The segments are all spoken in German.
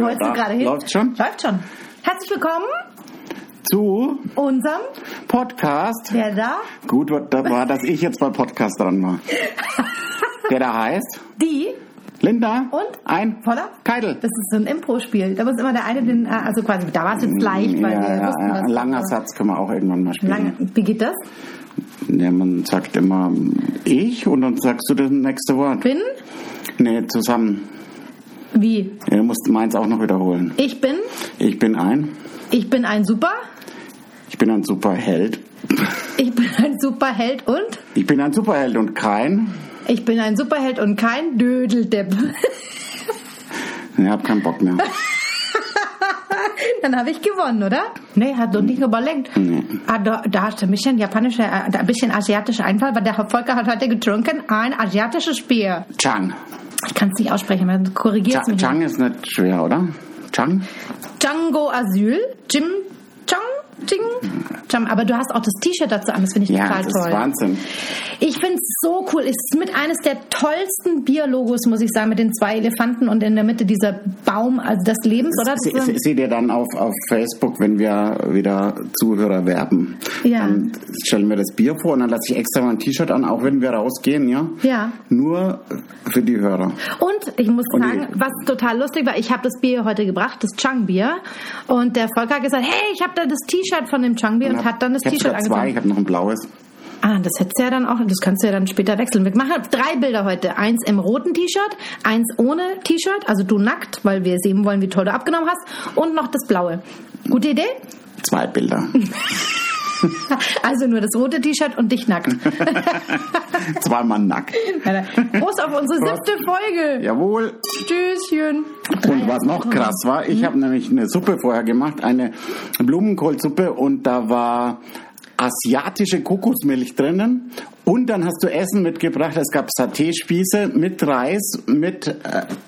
wolltest du Ah, gerade hin? läuft schon? Läuft schon. Herzlich willkommen Zu unserem Podcast. Wer da? Gut, da war, dass ich jetzt bei Podcast dran war. Der da heißt Die. Linda Und? ein Voller? Keitel. Das ist so ein Impro-Spiel. Da muss immer der eine den, äh, also quasi, da war es jetzt leicht, weil wir ja, wussten, ja, dass ein langer Satz können wir auch irgendwann mal Lange, spielen. wie geht das? Ja, man sagt immer ich und dann sagst du das nächste Wort. Bin? Nee, zusammen. Wie? Ja, Du musst meins auch noch wiederholen. Ich bin? Ich bin ein. Ich bin ein Super? Ich bin ein Superheld. Ich bin ein Superheld und? Ich bin ein Superheld und kein. Ich bin ein Superheld und kein Dödeldepp. Ich hab keinen Bock mehr. Dann habe ich gewonnen, oder? Nee, hat doch nicht überlenkt. Ah, da, da hast du ein bisschen japanischer, äh, da ein bisschen asiatischer Einfall, weil der Volker hat heute getrunken ein asiatisches Bier. Chang. Ich kann es nicht aussprechen, man korrigiert Chang, mich. Chang ist nicht schwer, oder? Chang? Django Asyl, Jim Chang, Jing, Chang. Aber du hast auch das T-Shirt dazu an, das finde ich Ja, total das ist toll. Wahnsinn. Ich finde es so cool. Ist mit eines der tollsten Bierlogos, muss ich sagen, mit den zwei Elefanten und in der Mitte dieser Baum, also des Lebens, oder? Se- se- Seht ihr dann auf, auf Facebook, wenn wir wieder Zuhörer werben? Ja. Dann stellen wir das Bier vor und dann lasse ich extra mal ein T-Shirt an, auch wenn wir rausgehen, ja? Ja. Nur für die Hörer. Und ich muss Und sagen, die- was total lustig war, ich habe das Bier heute gebracht, das Chang-Bier. Und der Volker hat gesagt, hey, ich habe da das T-Shirt von dem Chang-Bier und, hat dann das ich hab T-Shirt sogar zwei, angezogen. ich habe noch ein blaues. Ah, das hättest du ja dann auch, das kannst du ja dann später wechseln. Wir machen drei Bilder heute. Eins im roten T-Shirt, eins ohne T-Shirt, also du nackt, weil wir sehen wollen, wie toll du abgenommen hast. Und noch das blaue. Gute Idee? Zwei Bilder. Also nur das rote T-Shirt und dich nackt. Äh, Zweimal nackt. Prost auf unsere siebte Folge. Jawohl. Tschüsschen. Und was noch krass war, ich habe nämlich eine Suppe vorher gemacht, eine Blumenkohlsuppe und da war asiatische Kokosmilch drinnen. Und dann hast du Essen mitgebracht. Es gab Saté-Spieße mit Reis, mit, äh,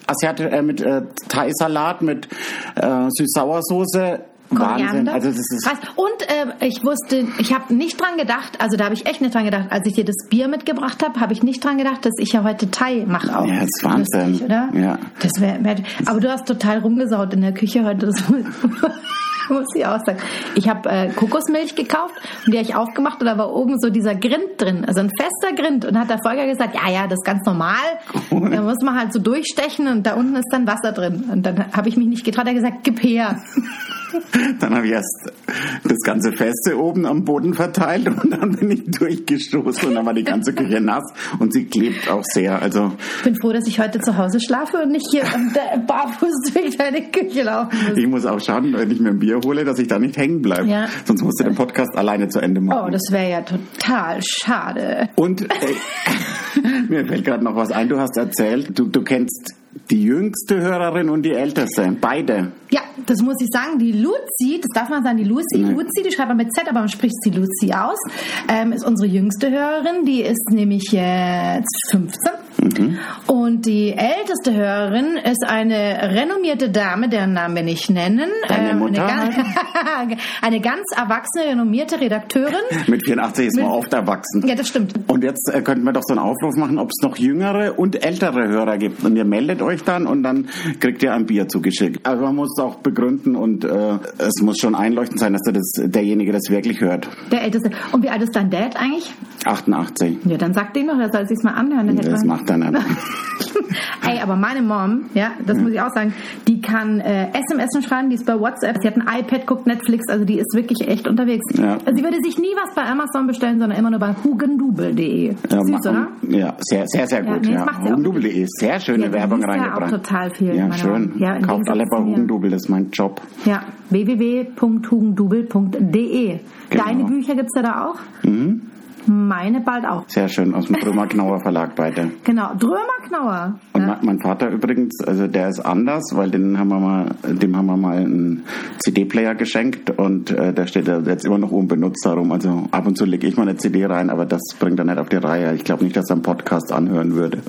Asiati äh, mit äh, Thai-Salat, mit äh, Süß-Sauersoße. Wahnsinn. Koriander. Also das ist Krass. Und äh, ich wusste, ich habe nicht dran gedacht, also da habe ich echt nicht dran gedacht, als ich dir das Bier mitgebracht habe, habe ich nicht dran gedacht, dass ich ja heute Thai mache auch. Ja, das ist Wahnsinn. Lustig, oder? Ja. Das wär, wär, aber du hast total rumgesaut in der Küche heute. Das muss, muss ich auch sagen. Ich habe äh, Kokosmilch gekauft und die habe ich aufgemacht und da war oben so dieser Grind drin, also ein fester Grind. Und hat der Volker gesagt, ja, ja, das ist ganz normal. Da muss man halt so durchstechen und da unten ist dann Wasser drin. Und dann habe ich mich nicht getraut, er hat gesagt, gib her. Dann habe ich erst das ganze Feste oben am Boden verteilt und dann bin ich durchgestoßen und dann war die ganze Küche nass und sie klebt auch sehr. Also Ich bin froh, dass ich heute zu Hause schlafe und nicht hier am da- barfuß durch deine Küche laufen muss. ich muss auch schauen, wenn ich mir ein Bier hole, dass ich da nicht hängen bleibe. Ja. Sonst musst du den Podcast alleine zu Ende Oh, machen. das wäre ja total schade. und äh, mir fällt gerade noch was ein. Du hast erzählt, du, du kennst die jüngste Hörerin und die älteste. Beide. Ja, das muss ich sagen. Die Luzi, das darf man sagen, die Luzi, Luzi, die schreibt man mit Z, aber man spricht sie Luzi aus, ähm, ist unsere jüngste Hörerin. Die ist nämlich jetzt 15. Mhm. Und die älteste Hörerin ist eine renommierte Dame, deren Namen wir nicht nennen. ähm, Deine Mutter? Eine ganz, eine ganz erwachsene, renommierte Redakteurin. Mit 84 ist man Mit- oft erwachsen. Ja, das stimmt. Und jetzt äh, könnten wir doch so einen Aufruf machen, ob es noch jüngere und ältere Hörer gibt. Und ihr meldet euch dann und dann kriegt ihr ein Bier zugeschickt. Also man muss es auch begründen und äh, es muss schon einleuchtend sein, dass der das, derjenige das wirklich hört. Der Älteste. Und wie alt ist dein Dad eigentlich? 88. Ja, dann sag den doch, der soll sich's mal anhören. Dann hätte Das man- macht er nicht. Ey, aber meine Mom, ja, das muss ich auch sagen, die kann äh, SMS schreiben, die ist bei WhatsApp, sie hat ein iPad, guckt Netflix, also die ist wirklich echt unterwegs. Ja. Also sie würde sich nie was bei Amazon bestellen, sondern immer nur bei hugendubel.de. Süß, oder? ja, sehr, sehr, sehr Ja, gut. nee, Ja, das macht sie auch. Hugendubel.de, sehr schöne Ja, die Werbung liest ja auch reingebracht. total viel, Ja, meine schön. Mama. Ja, in dem Kauft alle bei Sinne. Hugendubel, das ist mein Job. Ja, www.hugendubel.de. Genau. Mhm. Deine Bücher gibt's ja da auch? Meine bald auch. Sehr schön, aus dem Brömer Knauer Verlag weiter. Genau, Drömer Knauer. Und ma- mein Vater übrigens, also der ist anders, weil den haben wir mal, dem haben wir mal einen CD-Player geschenkt und äh, der steht da jetzt immer noch unbenutzt darum. Also ab und zu lege ich mal eine CD rein, aber das bringt er nicht auf die Reihe. Ich glaube nicht, dass er einen Podcast anhören würde.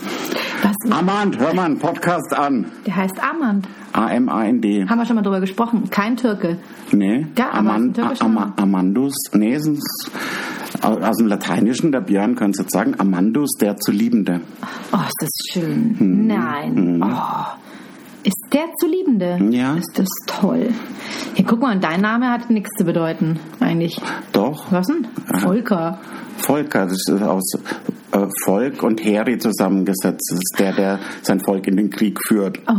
Das, Amand, hör mal einen Podcast an. der heißt Amand. A-M-A-N-D. Haben wir schon mal drüber gesprochen. Kein Türke. Nee, Ja, aber ist ein Amand, A- türkischer Ama- Amandus, nee, ist ein- au- aus dem Lateinischen, der Björn könnte jetzt sagen, Amandus, der zu Liebende. Hm. Oh, ist das schön. Nein. Oh. Ist der zu Liebende? Ja. Ist das toll. Hier, guck mal, dein Name hat nichts zu bedeuten, eigentlich. Doch. Was denn? Volker. Volker, das ist aus äh, Volk und Heere zusammengesetzt. Das ist der, der sein Volk in den Krieg führt. Oh.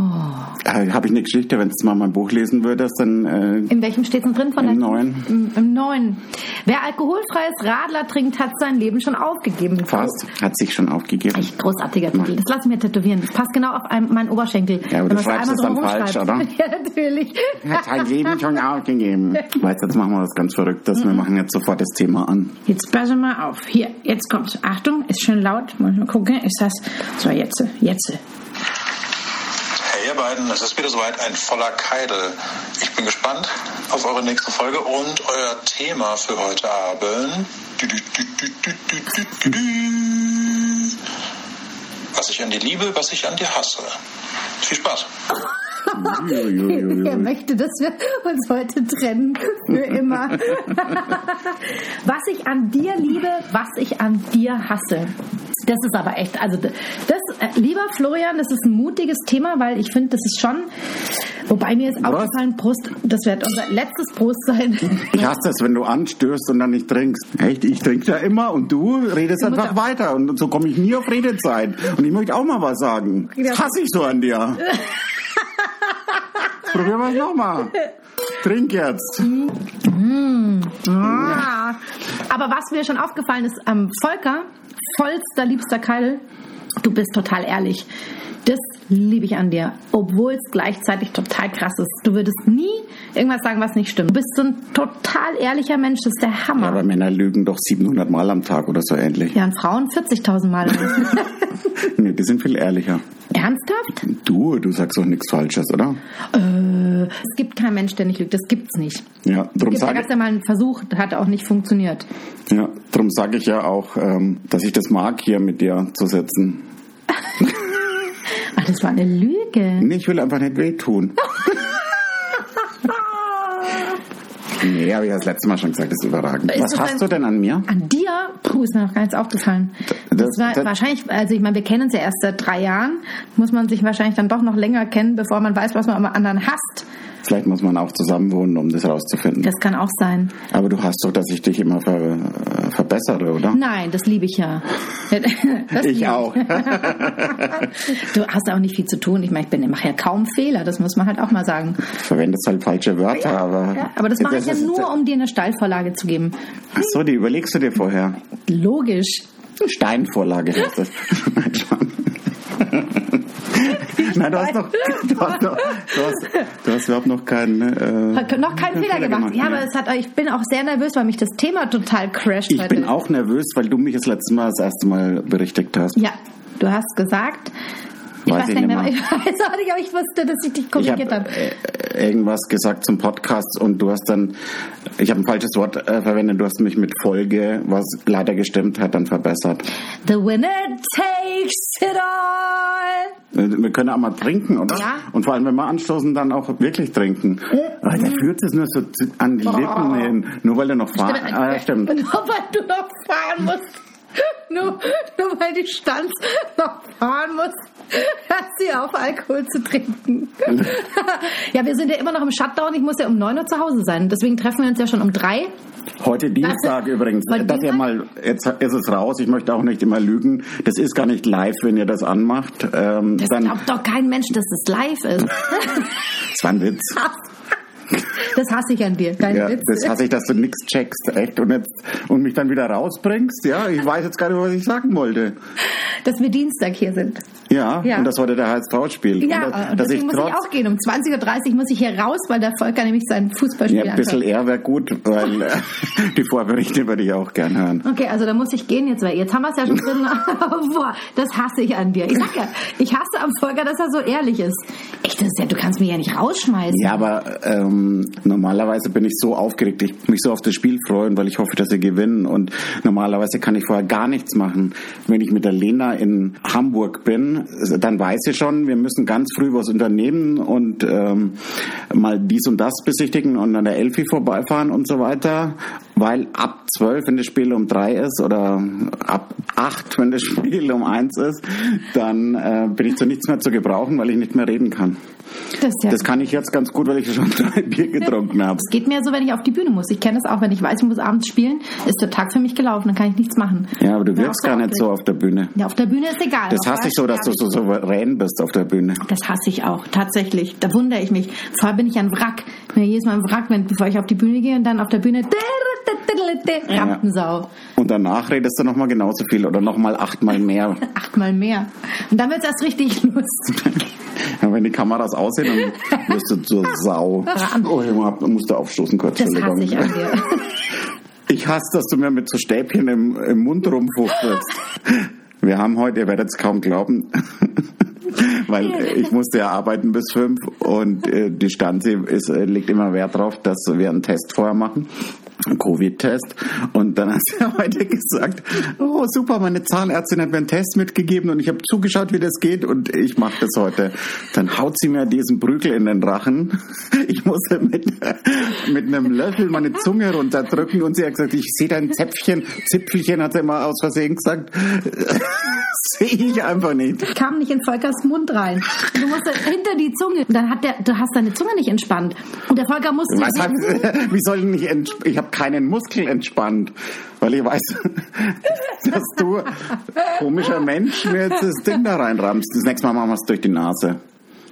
Äh, Habe ich eine Geschichte, wenn du mal mein Buch lesen würdest, dann äh, In welchem steht es drin von im der neuen. Im, Im neuen. Wer alkoholfreies Radler trinkt, hat sein Leben schon aufgegeben. Fast. Hat sich schon aufgegeben. Echt großartiger Titel. Das lass ich mir tätowieren. Das passt genau auf einem, meinen Oberschenkel. Ja, Wenn aber du man schreibst es einmal dann so falsch, rumschreibt. Ja, natürlich. Hat sein Leben schon aufgegeben. Weißt du, jetzt machen wir was ganz Verrücktes. Wir machen jetzt sofort das Thema an. Jetzt pass mal auf. Hier, jetzt kommt's. Achtung, ist schön laut. Muss ich Mal gucken, ist das. So, jetzt, jetzt. Hey ihr beiden, es ist wieder soweit ein voller Keidel. Ich bin gespannt auf eure nächste Folge und euer Thema für heute Abend. Du, du, du, du, du, du, du, du, du. Was ich an dir liebe, was ich an dir hasse. Viel Spaß. Wer möchte, dass wir uns heute trennen? Für immer. was ich an dir liebe, was ich an dir hasse. Das ist aber echt, also das, äh, lieber Florian, das ist ein mutiges Thema, weil ich finde, das ist schon, wobei mir ist aufgefallen, Prost, das wird unser letztes Prost sein. Ich hasse das, wenn du anstößt und dann nicht trinkst. Echt, ich trinke ja immer und du redest einfach weiter. Und so komme ich nie auf Redezeit. Und ich möchte auch mal was sagen. Das hasse ich so an dir. Jetzt Probieren wir es nochmal. Trink jetzt. Ah. Aber was mir schon aufgefallen ist, ähm, Volker, vollster liebster Keil, du bist total ehrlich. Das liebe ich an dir, obwohl es gleichzeitig total krass ist. Du würdest nie irgendwas sagen, was nicht stimmt. Du bist so ein total ehrlicher Mensch, das ist der Hammer. Aber Männer lügen doch 700 Mal am Tag oder so ähnlich. Ja, und Frauen 40.000 Mal. Nee, die sind viel ehrlicher. Ernsthaft? Du, du sagst doch nichts Falsches, oder? Äh, es gibt keinen Mensch, der nicht lügt. Das gibt's nicht. Ja, Es darum gibt- Da sage gab's ja mal einen Versuch, hat auch nicht funktioniert. ich, ja, drum sag ich ja auch, ähm, dass ich das mag, hier mit dir zu sitzen. Ach, das war eine Lüge. Nee, ich will einfach nicht wehtun. nee, habe ich das letzte Mal schon gesagt, das ist überragend. Ist Was das ein- hast du denn an mir? An dir, puh, ist mir noch gar nichts aufgefallen. Das, das- war das- wahrscheinlich, also ich meine, wir kennen uns ja erst seit drei Jahren, muss man sich wahrscheinlich dann doch noch länger kennen, bevor man weiß, was man am anderen hasst. Vielleicht muss man auch zusammen wohnen, um das rauszufinden. Das kann auch sein. Aber du hast doch, dass ich dich immer ver äh, verbessere, oder? Nein, das liebe ich ja. Das Ich liebe auch. Du hast auch nicht viel zu tun. Ich meine, ich bin, mache ja kaum Fehler, das muss man halt auch mal sagen. Du verwendest halt falsche Wörter, aber... Ja, aber das mache ich ja ist- nur, um dir eine Steilvorlage zu geben. Ach so, die überlegst du dir vorher. Logisch. Steinvorlage heißt das. Nein, schon. Nein, du hast noch, du hast noch, du hast, du hast überhaupt noch keinen, äh, Hat noch keinen Fehler gemacht. Ja, aber es hat, ich bin auch sehr nervös, weil mich das Thema total crasht Ich heute. bin auch nervös, weil du mich das letzte Mal das erste Mal berichtigt hast. Ja, du hast gesagt. Ich Weiß weiß, ich nicht nicht mehr, mehr. ich weiß auch nicht, aber ich wusste, dass ich dich Ich habe korrigiert habe. äh, irgendwas gesagt zum Podcast und du hast dann, ich habe ein falsches Wort äh, verwendet, du hast mich mit Folge, was leider gestimmt hat, dann verbessert. The winner takes it all. Äh, Wir können auch mal trinken, oder? Ja. Und vor allem, wenn wir anstoßen, dann auch wirklich trinken. Aber der führt es nur so zu- an die Oh. Lippen hin, nur weil er noch fahren. Ah, ja, stimmt. Äh, Nur weil du noch fahren musst. Nur, nur weil die Stanz noch fahren muss, hört sie auf, Alkohol zu trinken. ja, wir sind ja immer noch im Shutdown. Ich muss ja um 9 Uhr zu Hause sein. Deswegen treffen wir uns ja schon um 3. Heute Dienstag übrigens, Heute dass ihr Dienstag? mal, jetzt ist es raus, ich möchte auch nicht immer lügen, das ist gar nicht live, wenn ihr das anmacht. Ähm, Das dann, glaubt doch kein Mensch, dass es live ist. das war ein Witz. das hasse ich an dir. Dein Ja, Witz. das hasse ich, dass du nichts checkst, echt, und, jetzt, und mich dann wieder rausbringst. Ja, ich weiß jetzt gar nicht, was ich sagen wollte. dass wir Dienstag hier sind. Ja, Ja. und dass heute der HSV spielt. Ja, und dass, und dass ich deswegen muss trotz, ich auch gehen. Um 20.30 Uhr muss ich hier raus, weil der Volker nämlich seinen Fußballspiel ja, ein bisschen eher wäre gut, weil äh, die Vorberichte würde ich auch gern hören. Okay, also da muss ich gehen jetzt, weil jetzt haben wir es ja schon drin. Aber Boah, das hasse ich an dir. Ich sag ja, ich hasse am Volker, dass er so ehrlich ist. Echt, das ist ja, du kannst mich ja nicht rausschmeißen. Ja, aber ähm, normalerweise bin ich so aufgeregt, ich mich so auf das Spiel freuen, weil ich hoffe, dass sie gewinnen. Und normalerweise kann ich vorher gar nichts machen. Wenn ich mit der Lena in Hamburg bin, dann weiß sie schon, wir müssen ganz früh was unternehmen und ähm, mal dies und das besichtigen und an der Elfi vorbeifahren und so weiter. Weil ab zwölf, wenn das Spiel um drei ist oder ab acht, wenn das Spiel um eins ist, dann äh, bin ich zu nichts mehr zu gebrauchen, weil ich nicht mehr reden kann. Das ist ja- Das kann ich jetzt ganz gut, weil ich schon drei Bier getrunken habe. Es geht mir so, wenn ich auf die Bühne muss. Ich kenne das auch, wenn ich weiß, ich muss abends spielen, ist der Tag für mich gelaufen, dann kann ich nichts machen. Ja, aber du Bin wirkst auch gar nicht so aufgeregt. auf der Bühne. Ja, auf der Bühne ist egal. Das Auf hasse ich so, dass du so souverän bist auf der Bühne. Das hasse ich auch, tatsächlich. Da wundere ich mich. Vorher bin ich ein Wrack. Wenn ich jedes Mal ein Wrack bin, bevor ich auf die Bühne gehe und dann auf der Bühne Rampensau. Und danach redest du nochmal genauso viel oder nochmal achtmal mehr. Achtmal mehr. Und dann wird es erst richtig lustig. Ja, Wenn die Kameras aussehen, dann wirst du zur Sau. Oh, ich hab- musste aufstoßen kurz. Das hasse ich an Entschuldigung. dir. Ich hasse, dass du mir mit so Stäbchen im, im Mund rumfuchtelst. Wir haben heute, ihr werdet es kaum glauben, weil äh, ich musste ja arbeiten bis fünf und äh, die Stanze ist, äh, legt immer Wert darauf, dass wir einen Test vorher machen. einen Covid-Test. Und dann hat er heute gesagt, oh super, meine Zahnärztin hat mir einen Test mitgegeben und ich habe zugeschaut, wie das geht und ich mache das heute. Dann haut sie mir diesen Prügel in den Rachen. Ich musste mit, mit einem Löffel meine Zunge runterdrücken und sie hat gesagt, ich sehe dein Zäpfchen, Zipfelchen hat sie mal aus Versehen gesagt. sehe ich einfach nicht. kam nicht in Volkers Mund rein. Du musst dann hinter die Zunge. Und dann hat der, du hast deine Zunge nicht entspannt. Und der Volker musste. Was hab, wie soll denn ich ents- ich habe keinen Muskel entspannt, weil ich weiß, dass du komischer Mensch mir jetzt das Ding da reinrammst. Das nächste Mal machen wir es durch die Nase.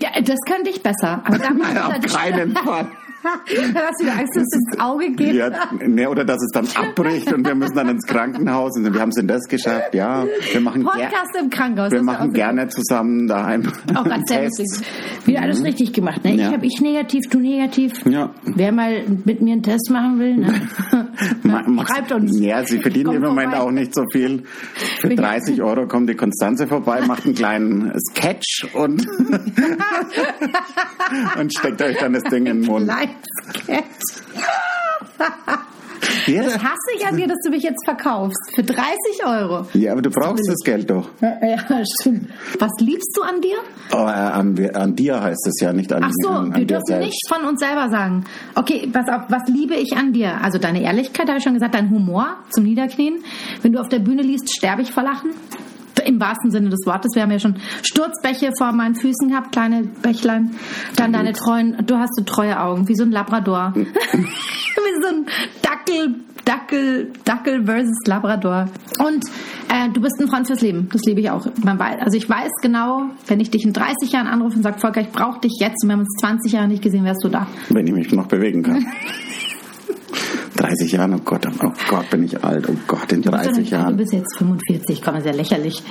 Ja, das könnte ich besser. Aber da hab ich Nein, wieder- auf keinen Fall. Da hast du wieder Angst, dass es ins Auge geht. Ja, ne, oder dass es dann abbricht und wir müssen dann ins Krankenhaus und wir haben es denn das geschafft. Ja, wir machen, ger Podcast im Krankenhaus. das wir ist machen auch- gerne zusammen daheim Auch ganz sehr Tests. lustig. Wieder alles richtig gemacht. Ne? Mhm. Ja. Ich habe ich negativ, du negativ. Ja. Wer mal mit mir einen Test machen will, ne? Ma- Max- schreibt uns. Ja, sie verdienen Kommt im Moment vorbei. auch nicht so viel. Für 30 Euro kommt die Konstanze vorbei, macht einen kleinen Sketch und, und steckt euch dann das Ding in den Mund. Live-Sketch. Ja, Das hasse ich an dir, dass du mich jetzt verkaufst. Für 30 Euro. ja, aber du brauchst das Geld doch. Ja, stimmt. Was liebst du an dir? Aber an, wir- an dir heißt es ja nicht an Ach so, an, an wir dir dürfen selbst. nicht von uns selber sagen. Okay, pass auf, was liebe ich an dir? Also deine Ehrlichkeit, habe ich schon gesagt, dein Humor zum Niederknien. Wenn du auf der Bühne liest, sterbe ich vor Lachen. Im wahrsten Sinne des Wortes. Wir haben ja schon Sturzbäche vor meinen Füßen gehabt, kleine Bächlein. Dann deine treuen, du hast so treue Augen, wie so ein Labrador. wie so ein Dackel, Dackel, Dackel versus Labrador. Und äh, du bist ein Freund fürs Leben. Das liebe ich auch. Man weiß, also ich weiß genau, wenn ich dich in 30 Jahren anrufe und sage, Volker, ich brauche dich jetzt und wir haben uns 20 Jahre nicht gesehen, wärst du da. Wenn ich mich noch bewegen kann. 30 Jahre, oh Gott, oh Gott, bin ich alt, oh Gott, in Du bist doch 30 nicht- Du Jahren. bist jetzt 45, komm, ist ja lächerlich.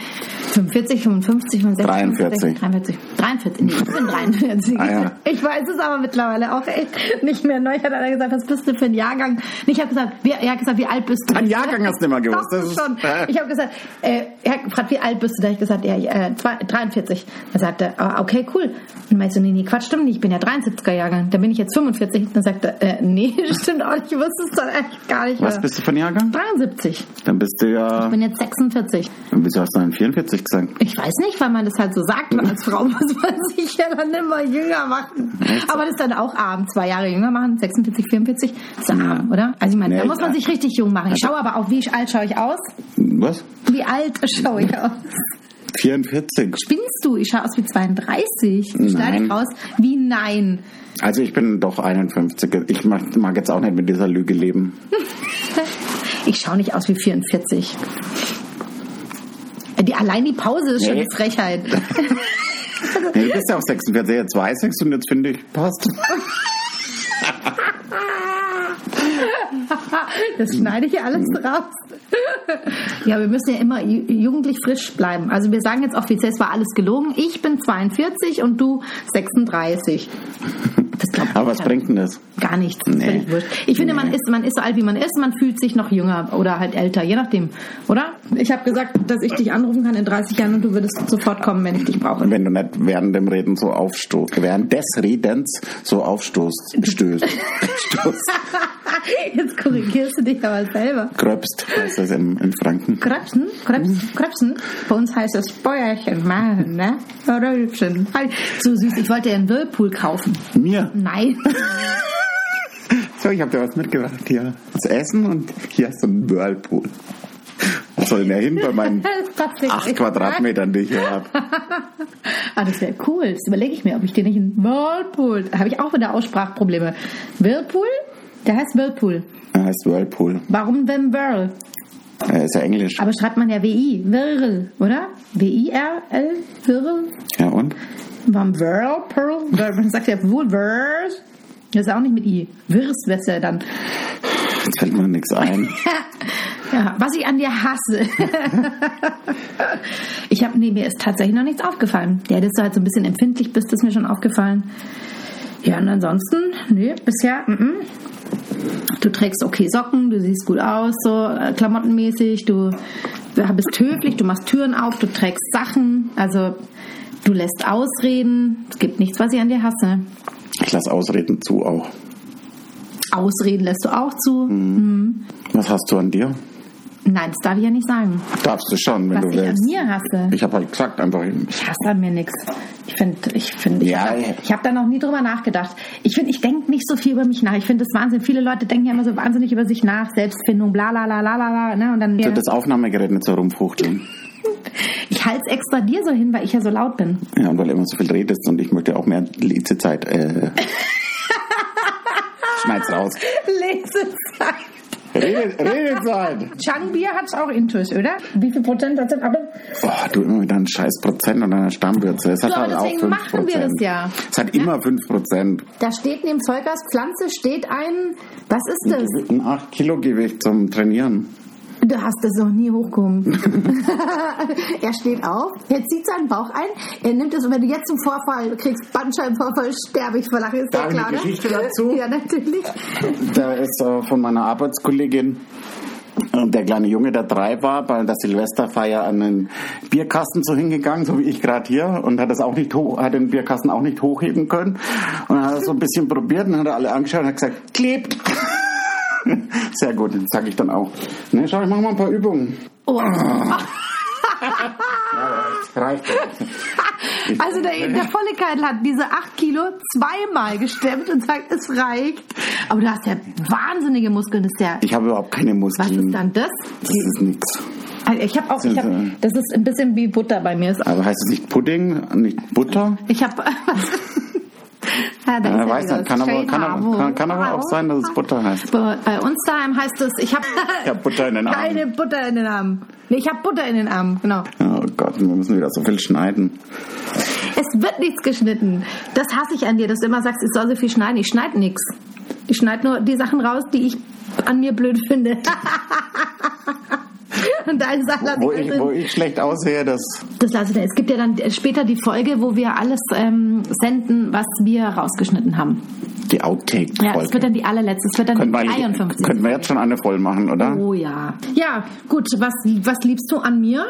45, 55, 65, 43. 43. 43, nee, ich bin 43. Ah, ja. Ich weiß es aber mittlerweile auch echt nicht mehr. Neu hat einer gesagt, was bist du für ein Jahrgang? Nee, Ich habe gesagt, wie, er hat gesagt, wie alt bist du? Dein Jahrgang hast du nicht mal gewusst, Doch, das ist- schon. Ich habe gesagt, äh, er hat gefragt, wie alt bist du? Da habe ich gesagt, ja, ich, äh, zwei- 43. Dann sagte er, ah, okay, cool. Dann meinte ich so, nee, nee, Quatsch, stimmt nicht, ich bin ja 73er-Jahrgang. Dann bin ich jetzt 45. Dann sagte er, äh, nee, stimmt auch nicht, ich wusste es doch echt gar nicht. Was mehr. bist du von Jahrgang? 73. Dann bist du ja, Ich bin jetzt 46. wieso hast du dann 44 gesagt? Ich weiß nicht, weil man das halt so sagt. Und als Frau muss man sich ja dann immer jünger machen. Aber das ist dann auch arm. Zwei Jahre jünger machen, 46, 44. Ist ja arm, oder? Also ich meine, Nee, da muss man ich- sich richtig jung machen. Ich Also- schaue aber auch, wie alt schaue ich aus? Was? Wie alt schaue ich aus? 44. Spinnst du? Ich schaue aus wie 32. Ich schneide Nein. dich aus wie nein. Also ich bin doch 51. Ich mag, mag jetzt auch nicht mit dieser Lüge leben. Ich schaue nicht aus wie 44. Die, allein die Pause ist schon Nee. eine Frechheit. Nee, du bist ja auch 46, jetzt weiß ich's und jetzt finde ich, passt. Das schneide ich ja alles Mhm. raus. Ja, wir müssen ja immer ju- jugendlich frisch bleiben. Also wir sagen jetzt offiziell, es war alles gelogen. Ich bin 42 und du 36. Das glaubt Aber was bringt denn das? gar nichts. Das ist Nee. völlig wurscht. Ich finde, man, Nee. ist, man ist so alt, wie man ist. Man fühlt sich noch jünger oder halt älter, je nachdem. Oder? Ich habe gesagt, dass ich dich anrufen kann in 30 Jahren und du würdest sofort kommen, wenn ich dich brauche. Wenn du nicht während dem Reden so aufstoßt, während des Redens so aufstoßt, stößt, stoßt, Jetzt korrigierst du dich aber selber. kröpst, heißt das in, in Franken. Krebsen, Krebs, Krebsen. Bei uns heißt es Bäuerchen machen, ne? Röllchen. So süß, ich wollte ja einen Whirlpool kaufen. Mir. Nein. So, ich habe dir was mitgebracht hier. Das Essen und hier hast du einen Whirlpool. Oh, soll denn der hin bei meinen Tatsächlich. acht Quadratmetern, die ich hier habe? Ah, das wäre cool. Das überlege ich mir, ob ich dir nicht einen Whirlpool. Da habe ich auch wieder Aussprachprobleme. Whirlpool? Der heißt Whirlpool. Er heißt Whirlpool. Warum denn Whirl? Er ist ja Englisch. Aber schreibt man ja WI. Whirl, oder? W-I-R-L? Whirl? Ja, und? Warum Whirlpool? Whirl- Man sagt ja wohl Whirl. Das ist auch nicht mit I. Wirrs wär's ja dann. Jetzt fällt mir nichts ein. Ja, was ich an dir hasse. ich habe, nee, mir ist tatsächlich noch nichts aufgefallen. Ja, dass du halt so ein bisschen empfindlich bist, ist mir schon aufgefallen. Ja, und ansonsten, nee, bisher, mhm. Du trägst okay Socken, du siehst gut aus, so äh, klamottenmäßig, du bist höflich, du machst Türen auf, du trägst Sachen, also du lässt Ausreden. Es gibt nichts, was ich an dir hasse. Ich lasse Ausreden zu auch. Ausreden lässt du auch zu. Mhm. Was hast du an dir? Nein, das darf ich ja nicht sagen. Darfst du schon, wenn Was du ich an willst. mir hasse. Ich habe halt gesagt, einfach. Ich hasse an mir nichts. Ich finde, ich finde, ich Ja, habe ja. ich hab da noch nie drüber nachgedacht. Ich finde, ich denke nicht so viel über mich nach. Ich finde das Wahnsinn. Viele Leute denken ja immer so wahnsinnig über sich nach. Selbstfindung, bla bla bla bla bla. bla, Ne? Und dann, So, Das Aufnahmegerät nicht so rumfuchteln. ich halte es extra dir so hin, weil ich ja so laut bin. Ja, und weil du immer so viel redest und ich möchte auch mehr Lesezeit. Äh, schneid's raus. Lesezeit. Rede, halt. Redezeit! Changbier hat es auch intus, oder? Wie viel Prozent hat es? Aber Boah, du immer mit deinem scheiß Prozent und deiner Stammwürze. Es hat So, aber halt auch deswegen 5%. machen wir das ja. Es hat immer 5%. da steht neben Zeugers Pflanze steht ein, was ist das? Ein 8 Kilo Gewicht zum Trainieren. Du hast das noch nie hochgehoben. er steht auf, er zieht seinen Bauch ein, er nimmt es und wenn du jetzt einen Vorfall kriegst, Bandscheibenvorfall, sterbe ich vor Lachen. Ist Darf ja ich klar, eine Geschichte ne? dazu? Ja, natürlich. Da ist äh, von meiner Arbeitskollegin äh, der kleine Junge, der drei war, bei der Silvesterfeier an einen Bierkasten so hingegangen, so wie ich gerade hier, und hat das auch nicht hoch, hat den Bierkasten auch nicht hochheben können. Und dann hat er so ein bisschen probiert und dann hat er alle angeschaut und hat gesagt, klebt. Sehr gut, das sage ich dann auch. Ne, schau, ich mache mal ein paar Übungen. Oh. Reicht. Also der, der volle Keitel hat diese 8 Kilo zweimal gestemmt und sagt, es reicht. Aber du hast ja wahnsinnige Muskeln, das ist ja... Ich habe überhaupt keine Was Muskeln. ist dann das? Das ist nichts. Also ich habe auch, ich hab, das ist ein bisschen wie Butter bei mir. Aber heißt es nicht Pudding, nicht Butter? Ich habe. Ja, da ist Ja, ja weiß wieder nicht, kann das aber, kann, aber, Schellhaar. kann, kann aber auch sein, dass es Butter heißt. Bei bei uns daheim heißt es, ich habe Ich hab Butter in den Armen. keine Butter in den Armen. Nee, ich habe Butter in den Armen, genau. Oh Gott, wir müssen wieder so viel schneiden. Es wird nichts geschnitten. Das hasse ich an dir, dass du immer sagst, ich soll so viel schneiden. Ich schneide nichts. Ich schneide nur die Sachen raus, die ich an mir blöd finde. Und deine Sachen lasse Wo ich ich, drin. wo ich schlecht aussehe, das Das lasse ich da. Es gibt ja dann später die Folge, wo wir alles ähm, senden, was wir rausgeschnitten haben. die Outtake-Folge. Ja, es wird dann die allerletzte. Es wird dann Können wir die eigentlich- 53. Könnten wir jetzt schon eine voll machen, oder? Oh ja. Ja, gut. Was, was liebst du an mir?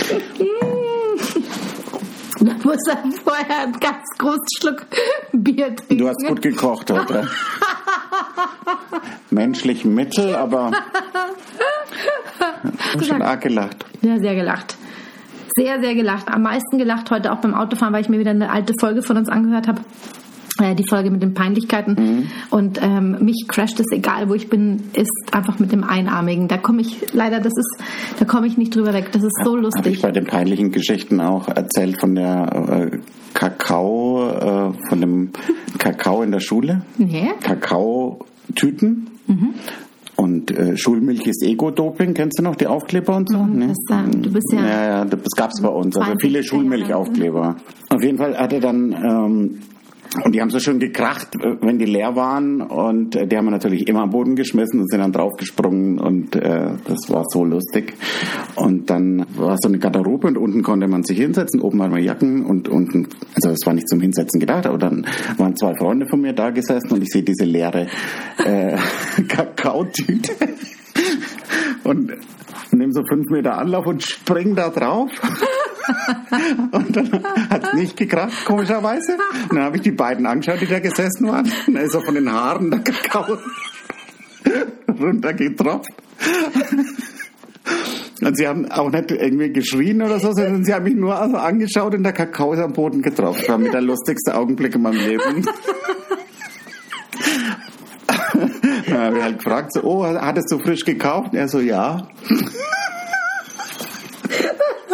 da muss er vorher einen ganz großen Schluck Bier trinken. Du hast gut gekocht heute. Menschlich mittel, aber ich hab schon arg gelacht. Ja, sehr gelacht. Sehr, sehr gelacht. Am meisten gelacht heute auch beim Autofahren, weil ich mir wieder eine alte Folge von uns angehört habe. Äh, Die Folge mit den Peinlichkeiten. Mhm. Und ähm, mich crasht es, egal wo ich bin, ist einfach mit dem Einarmigen. Da komme ich leider, das ist, da komme ich nicht drüber weg. Das ist so Habe ich lustig. bei den peinlichen Geschichten auch erzählt von der äh, Kakao, äh, von dem Kakao in der Schule? Nee. Kakaotüten. Mhm. Und äh, Schulmilch ist Ego-Doping, kennst du noch die Aufkleber und so? Nee. das, äh, du bist ja- Ja, ja, das gab es bei uns. Also 20 viele Jahre Schulmilchaufkleber. Auf jeden Fall hatte dann. Ähm, und die haben so schön gekracht, äh, wenn die leer waren. Und äh, die haben wir natürlich immer am Boden geschmissen und sind dann draufgesprungen. Und äh, das war so lustig. Und dann war so eine Garderobe und unten konnte man sich hinsetzen. Oben waren wir Jacken und unten, also es war nicht zum Hinsetzen gedacht, aber dann waren zwei Freunde von mir da gesessen und ich sehe diese leere äh, Kakaotüte und nehme so fünf Meter Anlauf und spring da drauf. Und dann hat es nicht gekracht, komischerweise. Und dann habe ich die beiden angeschaut, die da gesessen waren. Und da ist er von den Haaren der Kakao runtergetropft. Und sie haben auch nicht irgendwie geschrien oder so, sondern sie haben mich nur also angeschaut und der Kakao ist am Boden getroffen. War mit der lustigste Augenblick in meinem Leben. Dann habe ich halt gefragt, so, oh, hattest du frisch gekauft? Und er so, ja.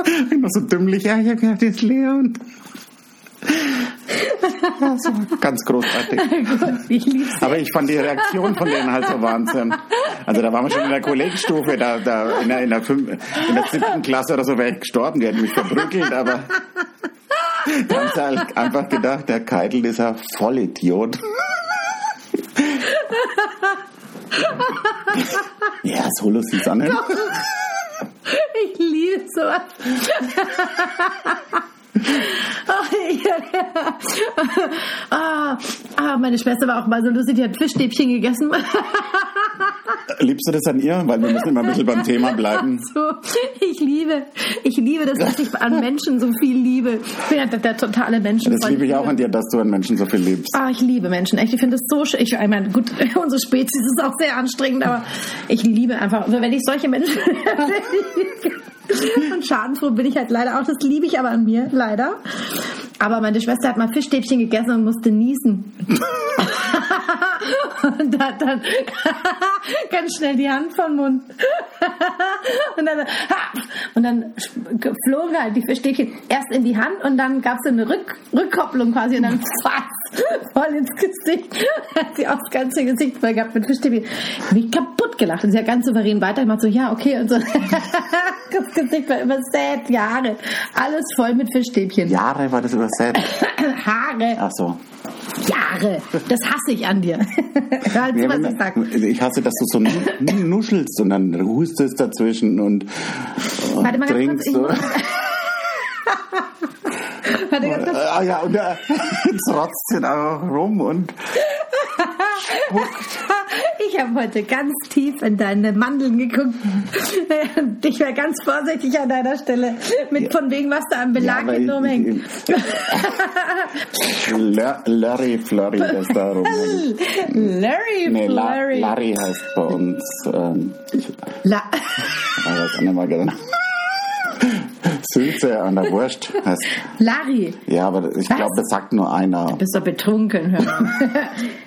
Ich bin noch so dümmlich, ja, ich habe gedacht, das ist leer und. Das war ganz großartig. Ich lieb's. Aber ich fand die Reaktion von denen halt so Wahnsinn. Also da waren wir schon in der Kollegstufe, da, da in der, in der, fünf, in der siebten Klasse oder so wäre ich gestorben, die hätten mich verbrückelt, aber da haben sie halt einfach gedacht, der Keitel ist ja Vollidiot. Ja, so lustig ist an. Ich liebe sowas. Oh, ja. ah, ah, meine Schwester war auch mal so lustig, die hat Fischstäbchen gegessen. Liebst du das an ihr? Weil wir müssen immer ein bisschen beim Thema bleiben. So, Also, ich liebe, ich liebe das, dass ich an Menschen so viel liebe. Ich bin ja der, der totale Menschen. Das liebe ich auch an dir, dass du an Menschen so viel liebst. Ah, ich liebe Menschen. Echt, ich finde es so schön. Ich meine, gut, unsere Spezies ist auch sehr anstrengend, aber ich liebe einfach, also wenn ich solche Menschen und schadenfroh bin ich halt leider auch. Das liebe ich aber an mir, leider. Aber meine Schwester hat mal Fischstäbchen gegessen und musste niesen. und hat dann ganz schnell die Hand vom Mund. und dann, ha! und dann flogen halt die Fischstäbchen erst in die Hand und dann gab es eine Rück Rückkopplung quasi und dann voll ins Gesicht. hat sie auch das ganze Gesicht voll gehabt mit Fischstäbchen. Mich kaputt gelacht und sie hat ganz souverän weitergemacht, so ja, okay und so. das Gesicht war übersät, Jahre. Alles voll mit Fischstäbchen. Jahre war das übersetzt. Haare. Ach so. Jahre. Das hasse ich an dir. Hör halt zu, Ja, was wenn- ich sag. ich hasse, dass du so nu- nuschelst und dann hustest dazwischen und Warte mal ganz kurz, trinkst. ich so. muss- Warte ganz kurz. ah ja, und er trotzt ihn auch rum und Ich habe heute ganz tief in deine Mandeln geguckt. Ich wäre ganz vorsichtig an deiner Stelle. Mit von wegen, was da am Belag aber hinten rumhängt. Lör- Lörri Flurry, das da rum. Larry Nee, La Flurry. Larry heißt bei uns. Ähm, ich La- weiß auch nicht mal genau. Sülze an der Wurst heißt. Larry. Ja, aber ich Was? glaube, das sagt nur einer. Bist doch betrunken, hör mal.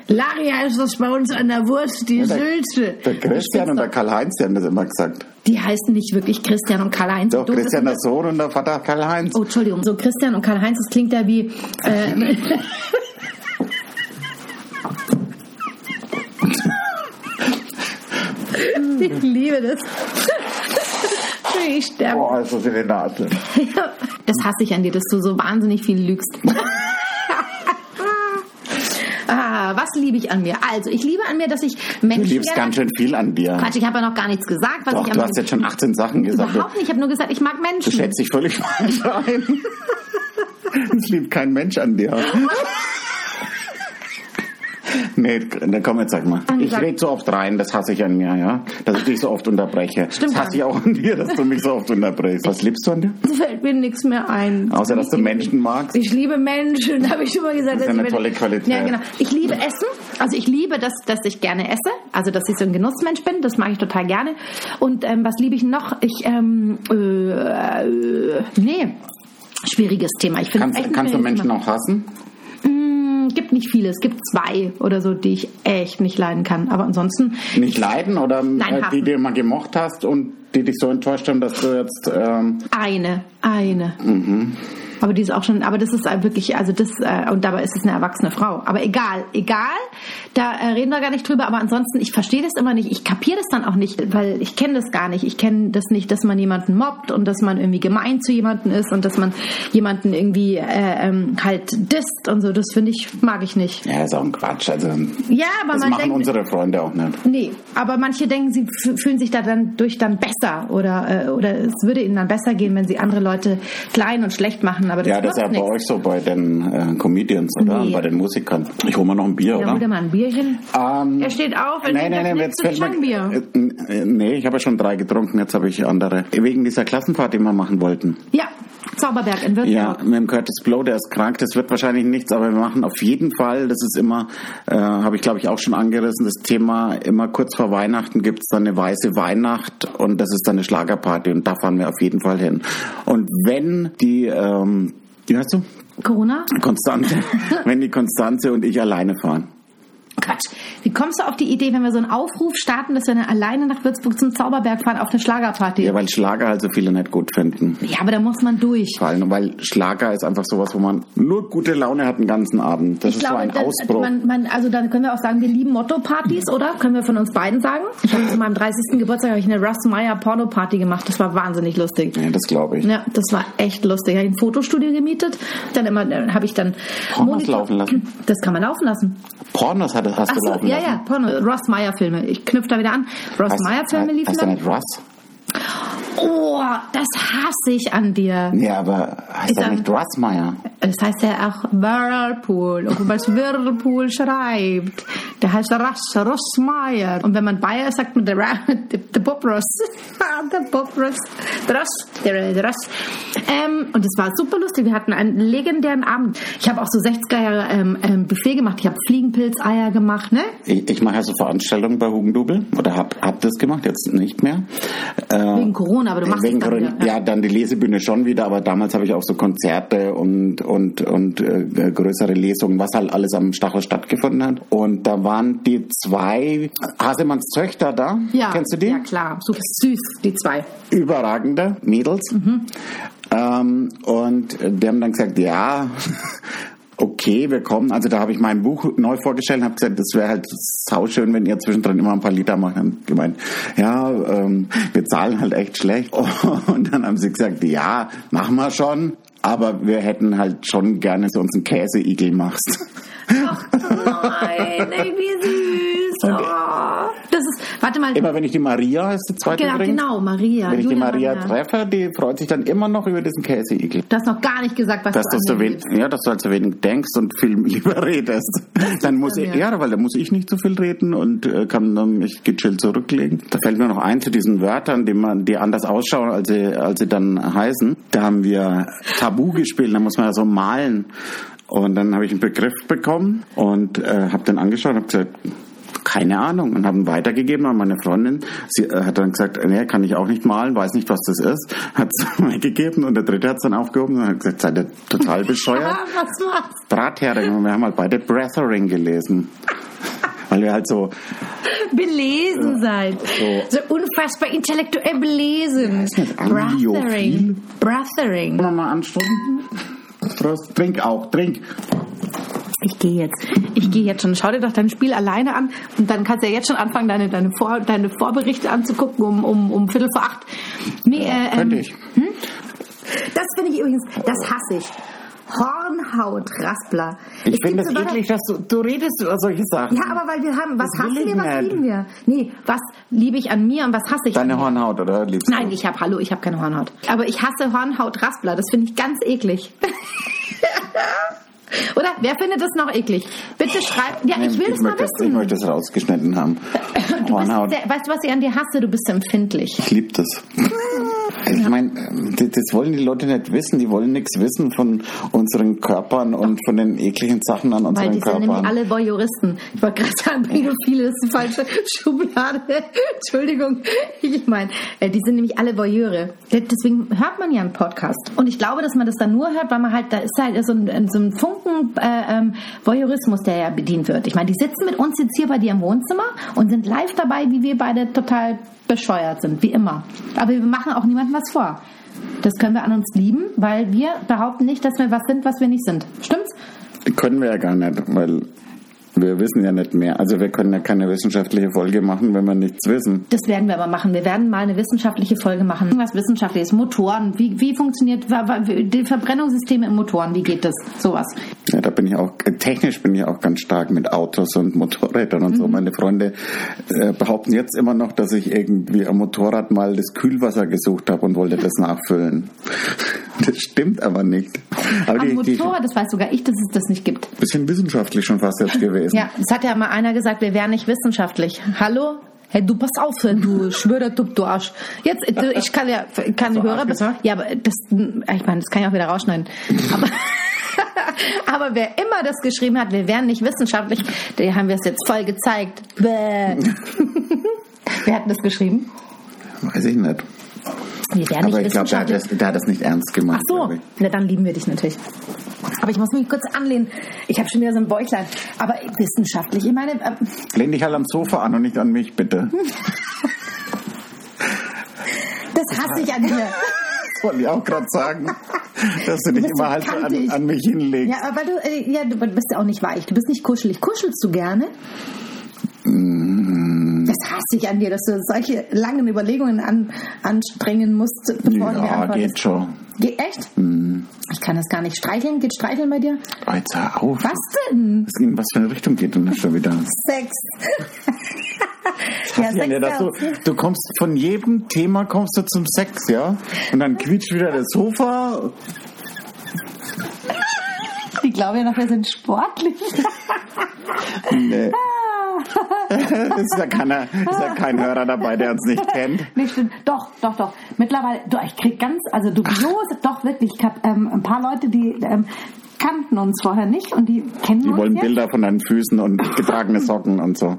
Larry heißt das bei uns an der Wurst, die der- Sülze. Der Christian und der Karl-Heinz, die haben das immer gesagt. Die heißen nicht wirklich Christian und Karl-Heinz. Doch, Du bist Christian der Sohn und der Vater Karl-Heinz. Oh, Entschuldigung, so Christian und Karl-Heinz, das klingt ja wie. Äh, ich liebe das. Ich sterbe. Boah, also ist das in den Nase. Das hasse ich an dir, dass du so wahnsinnig viel lügst. ah, was liebe ich an mir? Also, ich liebe an mir, dass ich Du Menschen. liebst gerne- ganz schön viel an dir. Quatsch, ich habe ja noch gar nichts gesagt, was Doch, ich du hast jetzt schon 18 Sachen gesagt. Du, Überhaupt nicht, ich habe nur gesagt, ich mag Menschen. du schätzt dich völlig falsch ein. Es liebt kein Mensch an dir. Nee, dann komm jetzt, sag mal. Ich sag- rede so oft rein, das hasse ich an mir, ja? Dass ich dich so oft unterbreche. Stimmt. Das hasse ich auch an dir, dass du mich so oft unterbrechst. Was liebst du an dir? fällt mir nichts mehr ein. Außer, dass du Menschen magst. Ich liebe Menschen, habe ich schon mal gesagt. Das ist dass eine ich- tolle Qualität. Ja, genau. Ich liebe Essen. Also ich liebe, dass, dass ich gerne esse. Also dass ich so ein Genussmensch bin. Das mag ich total gerne. Und ähm, was liebe ich noch? Ich, ähm, äh, äh, nee. Schwieriges Thema. Ich finde es echt Kannst, kannst ein du schwieriges Menschen auch hassen? Thema. Mm, gibt nicht viele. Es gibt zwei oder so, die ich echt nicht leiden kann. Aber ansonsten, Nicht leiden oder äh, die, hassen. die du immer gemocht hast und die dich so enttäuscht haben, dass du jetzt... Ähm, Eine, eine. Mhm. Aber die ist auch schon, aber das ist äh, wirklich, also das, äh, und dabei ist es eine erwachsene Frau. Aber egal, egal, da äh, reden wir gar nicht drüber, aber ansonsten, ich verstehe das immer nicht, ich kapiere das dann auch nicht, weil ich kenne das gar nicht. Ich kenne das nicht, dass man jemanden mobbt und dass man irgendwie gemein zu jemanden ist und dass man jemanden irgendwie äh, ähm, halt disst und so, das finde ich, mag ich nicht. ja, ist auch ein Quatsch. Also, Ja, aber das man machen denkt, unsere Freunde auch nicht. Nee, aber manche denken, sie fü- fühlen sich da dann durch dann besser oder, äh, oder es würde ihnen dann besser gehen, wenn sie andere Leute klein und schlecht machen. Aber das Ja, das ist ja nutzt bei nichts. euch so, bei den äh, Comedians oder Nee. bei den Musikern. Ich hole mir noch ein Bier, Ja, hol dir oder? mal ein Bierchen. Ähm, er steht auf, er Nein, nein, nimmt das nein, jetzt nächste fällt mir... Schlangbier. Äh, äh, Nee, ich habe ja schon drei getrunken, jetzt habe ich andere. Wegen dieser Klassenfahrt, die wir machen wollten. Ja, Zauberberg in Ja, Würzburg. mit dem Curtis Blow, der ist krank, das wird wahrscheinlich nichts, aber wir machen auf jeden Fall, das ist immer, äh, habe ich glaube ich auch schon angerissen, das Thema, immer kurz vor Weihnachten gibt's dann eine weiße Weihnacht und das ist dann eine Schlagerparty und da fahren wir auf jeden Fall hin. Und wenn die, ähm, wie heißt du? Corona? Konstanze, wenn die Konstanze und ich alleine fahren. Quatsch. Wie kommst du auf die Idee, wenn wir so einen Aufruf starten, dass wir dann alleine nach Würzburg zum Zauberberg fahren auf eine Schlagerparty? Ja, weil Schlager halt so viele nicht gut finden. Ja, aber da muss man durch. Vor allem, weil Schlager ist einfach sowas, wo man nur gute Laune hat den ganzen Abend. Das ist so ein dann- Ausbruch. Mhm. Man, man, also dann können wir auch sagen, wir lieben Motto-Partys, oder? Können wir von uns beiden sagen? Ich habe zu meinem 30. Geburtstag habe ich eine Russ Meyer Porno-Party gemacht. Das war wahnsinnig lustig. ja, das glaube ich. Ja, das war echt lustig. Ich habe ein Fotostudio gemietet. Dann immer äh, habe ich dann Pornos laufen lassen. Das kann man laufen lassen. Pornos hat, hast Ach du so, laufen ja, lassen. ja, Porno. Ross Meyer Filme. Ich knüpfe da wieder an. Ross Heißt- Meyer Filme liefen Heißt der dann. nicht Russ? Oh, das hasse ich an dir. Nee, aber heißt Ist der am- nicht Russmeier? Das heißt ja auch Whirlpool. Und wenn man es Whirlpool schreibt, der heißt Rass, Rossmeier. Und wenn man Bayer ist, sagt man der, Ra- der, der Bob Ross. Ah, der Bob Ross. Der Ross. Der, der Ross. Ähm, und es war super lustig. Wir hatten einen legendären Abend. Ich habe auch so 60er Jahre ähm, ähm, Buffet gemacht. Ich habe Fliegenpilzeier gemacht, ne? Ich, ich mache ja so Veranstaltungen bei Hugendubel oder hab, hab das gemacht, jetzt nicht mehr. Äh, Wegen Corona, aber du machst wegen es dann Corona, wieder. ja. dann die Lesebühne schon wieder, aber damals habe ich auch so Konzerte und und und äh, größere Lesungen, was halt alles am Stachel stattgefunden hat. Und da waren die zwei Hasemanns Töchter da. Ja, Kennst du die? Ja, klar. So süß, die zwei. überragende Mädels. Ähm, und die haben dann gesagt, ja, okay, wir kommen. Also da habe ich mein Buch neu vorgestellt und habe gesagt, das wäre halt sauschön, wenn ihr zwischendrin immer ein paar Lieder macht. Haben gemeint, ja, ähm, wir zahlen halt echt schlecht. Und dann haben sie gesagt, ja, machen wir schon. Aber wir hätten halt schon gerne, dass du uns einen Käseigel machst. Ach nein, ey, wie süß. Oh. Das ist, warte mal. Immer wenn ich die Maria, ist die zweite Genau, übrigens, genau, Maria. wenn ich die Julia Maria, treffe, die freut sich dann immer noch über diesen Käseigel. Du hast noch gar nicht gesagt, was dass du, du so an mir wenig, liebst. ja, dass du halt so wenig denkst und viel lieber redest. Dann muss ich, mir. ja, weil dann muss ich nicht so viel reden und äh, kann dann mich gechillt zurücklegen. Da fällt mir noch ein zu diesen Wörtern, die man, die anders ausschauen, als sie, als sie dann heißen. Da haben wir Tabu gespielt, da muss man ja so malen. Und dann habe ich einen Begriff bekommen und äh, habe den angeschaut und habe gesagt, keine Ahnung und haben weitergegeben an meine Freundin. Sie äh, hat dann gesagt, nee, kann ich auch nicht malen, weiß nicht, was das ist. Hat es weggegeben und der dritte hat es dann aufgehoben und hat gesagt, seid ihr total bescheuert? Ah, was war's? Brathering und wir haben halt beide Breathering gelesen. Weil wir halt so, Belesen seid. So. so. unfassbar intellektuell belesen. ist nicht angiophil? Brothering. Brothering. wollen wir mal anstoßen? Prost, trink auch, trink. Ich gehe jetzt. Ich gehe jetzt schon. Schau dir doch dein Spiel alleine an und dann kannst du ja jetzt schon anfangen, deine, deine, Vor, deine Vorberichte anzugucken um, um, um Viertel vor acht. Nee, äh, Könnte ähm, ich. Das finde ich übrigens, das hasse ich. Hornhautraspler. Ich Es finde gibt es so Wörter- eklig, dass du, du redest über solche Sachen. Ja, aber weil wir haben, was Das will hassen ich wir, was nicht. lieben wir? Nee, was liebe ich an mir und was hasse ich an Deine mir? Hornhaut, oder? Liebst Nein, ich habe, hallo, ich habe keine Hornhaut. Aber ich hasse Hornhautraspler, das finde ich ganz eklig. Oder wer findet das noch eklig? Bitte schreibt, ja, du? ich will ich das mal möchte, Ich wissen. möchte das rausgeschnitten haben. Du bist sehr, weißt du, was ich an dir hasse? Du bist empfindlich. Ich liebe das. Ich meine, ähm, das das wollen die Leute nicht wissen. Die wollen nichts wissen von unseren Körpern und von den ekligen Sachen an Weil die unseren sind nämlich Körpern. alle Voyeuristen. Ich wollte gerade sagen, Pädophile ist die falsche Schublade. Entschuldigung. Ich meine, äh, die sind nämlich alle Voyeure. De- Deswegen hört man ja einen Podcast. Und ich glaube, dass man das dann nur hört, weil man halt, da ist halt so ein, so ein Funken äh, ähm, Voyeurismus, der ja bedient wird. Ich meine, die sitzen mit uns jetzt hier bei dir im Wohnzimmer und sind live dabei, wie wir beide total bescheuert sind, wie immer. Aber wir machen auch niemandem was vor. Das können wir an uns lieben, weil wir behaupten nicht, dass wir was sind, was wir nicht sind. Stimmt's? Können wir ja gar nicht, weil wir wissen ja nicht mehr. Also wir können ja keine wissenschaftliche Folge machen, wenn wir nichts wissen. Das werden wir aber machen. Wir werden mal eine wissenschaftliche Folge machen. Irgendwas Wissenschaftliches. Motoren. Wie, wie funktioniert wa- wa- die Verbrennungssysteme in Motoren? Wie geht das? Sowas. Ja, da bin ich auch, äh, technisch bin ich auch ganz stark mit Autos und Motorrädern und so. Mhm. Meine Freunde äh, behaupten jetzt immer noch, dass ich irgendwie am Motorrad mal das Kühlwasser gesucht habe und wollte das nachfüllen. Das stimmt aber nicht. Aber Am die, die, Motorrad, das weiß sogar ich, dass es das nicht gibt. bisschen wissenschaftlich schon fast jetzt gewesen. Ja, es hat ja mal einer gesagt, wir wären nicht wissenschaftlich. Hallo? Hey, du pass auf, du Schwörertub, du Arsch. Jetzt, äh, du, ich kann ja, ich kann die du Arsch Hörer, gesagt? ja, aber das, äh, ich meine, das kann ich auch wieder rausschneiden. Aber, aber wer immer das geschrieben hat, wir wären nicht wissenschaftlich, der haben wir es jetzt voll gezeigt. Bäh. wer hat das geschrieben? Weiß ich nicht. Wir wären nicht Aber ich glaube, der, hat wissenschaftlich. das- der hat das nicht ernst gemacht. Ach so, glaub ich. na dann lieben wir dich natürlich. Aber aber ich muss mich kurz anlehnen. Ich habe schon wieder so ein Bäuchlein. Aber wissenschaftlich, ich meine, äh, Lehn dich halt am Sofa an und nicht an mich, bitte. das hasse ich an dir. Wollte ich auch gerade sagen, dass du dich bist so immer halt so an, kantig. an mich hinlegst. Ja, aber du, äh, ja, du bist ja auch nicht weich. Du bist nicht kuschelig. Kuschelst du gerne? Mm. Das hasse ich an dir, dass du solche langen Überlegungen an, anstrengen musst, bevor du mir Ja, antwortest. geht Mm. schon. Ge echt? Ich kann das gar nicht streicheln. Geht streicheln bei dir? Oh, jetzt hör auf. Was denn? Was- In was für eine Richtung geht denn das schon wieder? Sex. ja, Ja, ne, dass du, Sex. du kommst von jedem Thema kommst du zum Sex, ja? Und dann quietscht wieder das Sofa. Ich glaube ja noch, wir sind sportlich. Nee. Das ist ja, keiner, ist ja kein Hörer dabei, der uns nicht kennt. Nicht stimmt. Doch, doch, doch. Mittlerweile, du, ich krieg ganz, also dubiose, doch wirklich. Ich hab ähm, ein paar Leute, die ähm, kannten uns vorher nicht und die kennen Die uns wollen jetzt. Bilder von deinen Füßen und getragene Socken und so.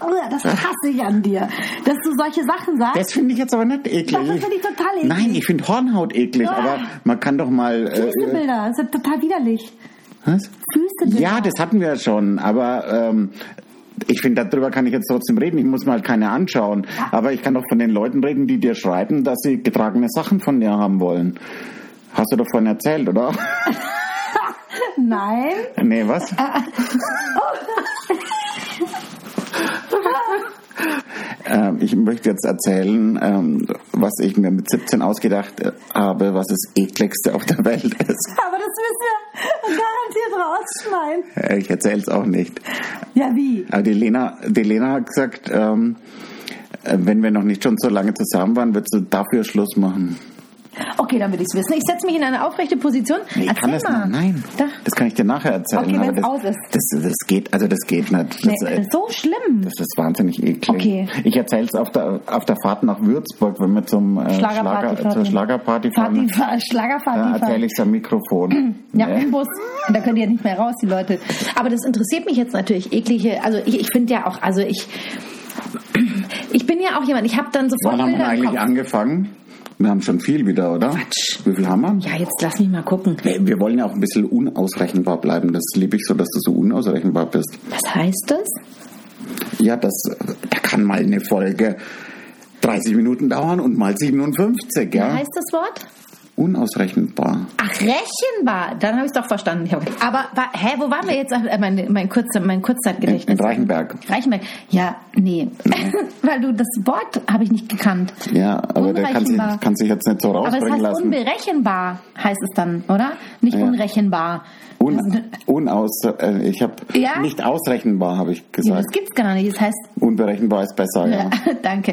Oh, das hasse ich an dir, dass du solche Sachen sagst. Das finde ich jetzt aber nicht eklig. Doch, das finde ich total eklig. Nein, ich finde Hornhaut eklig, Ah. aber man kann doch mal. Äh, äh, Füßebilder, das ist total widerlich. was? Füßebilder. Ja, das hatten wir schon, aber ähm, ich finde, darüber kann ich jetzt trotzdem reden. Ich muss mal keine anschauen. Aber ich kann doch von den Leuten reden, die dir schreiben, dass sie getragene Sachen von dir haben wollen. Hast du doch vorhin erzählt, oder? Nein. nee, was? Ah, ähm, ich möchte jetzt erzählen, ähm, was ich mir mit 17 ausgedacht äh, habe, was das ekligste auf der Welt ist. Aber das müssen wir garantiert rausschneiden. Äh, Ich erzähle es auch nicht. Ja, wie? Aber die Lena, die Lena hat gesagt, ähm, äh, wenn wir noch nicht schon so lange zusammen waren, würdest du dafür Schluss machen. Okay, dann will ich's wissen. Ich setze mich in eine aufrechte Position. Nee, ich kann Erzähl das mal. nicht. Nein, Da. das kann ich dir nachher erzählen. Okay, wenn's aber das, aus ist. Das, das geht, also das geht nicht. Nee, Das, äh, so schlimm. das ist wahnsinnig eklig. Okay. Ich erzähle es auf der, auf der Fahrt nach Würzburg, wenn wir zum, äh, Schlagerparty Schlager, zur fahren. Schlagerparty fahren. Party, fahren, Schlagerparty Da fahren. erzähle ich es am Mikrofon. Ja, Nee. im Bus. Und da könnt ihr nicht mehr raus, die Leute. Aber das interessiert mich jetzt natürlich. Eklige, also ich, ich finde ja auch, also ich, ich bin ja auch jemand, ich habe dann sofort Wann haben wir Bilder im eigentlich Kopf. angefangen? Wir haben schon viel wieder, oder? Quatsch. Wie viel haben wir? Ja, jetzt lass mich mal gucken. Nee, Wir wollen ja auch ein bisschen unausrechenbar bleiben. Das liebe ich so, dass du so unausrechenbar bist. Was heißt das? Ja, das da kann mal eine Folge 30 Minuten dauern und mal 57, Was ja? heißt das Wort? Unausrechenbar. Ach, rechenbar. Dann habe ich es doch verstanden. Ich hab, aber, wa- hä, wo waren wir jetzt? Ach, äh, Mein, mein, Kurze, mein In, in Kurzzeitgedächtnis. Reichenberg. Reichenberg. Ja, nee. Weil du das Wort habe ich nicht gekannt. Ja, aber der kann sich, Unrechenbar. kann sich jetzt nicht so Aber es rausbringen heißt lassen. unberechenbar, heißt es dann, oder? Nicht Ja. unrechenbar. Un, unaus, äh, ich habe Ja? nicht ausrechenbar, habe ich Ja, das gesagt. gibt's gar nicht. Das heißt, Unberechenbar ist besser, ja. Oh. danke.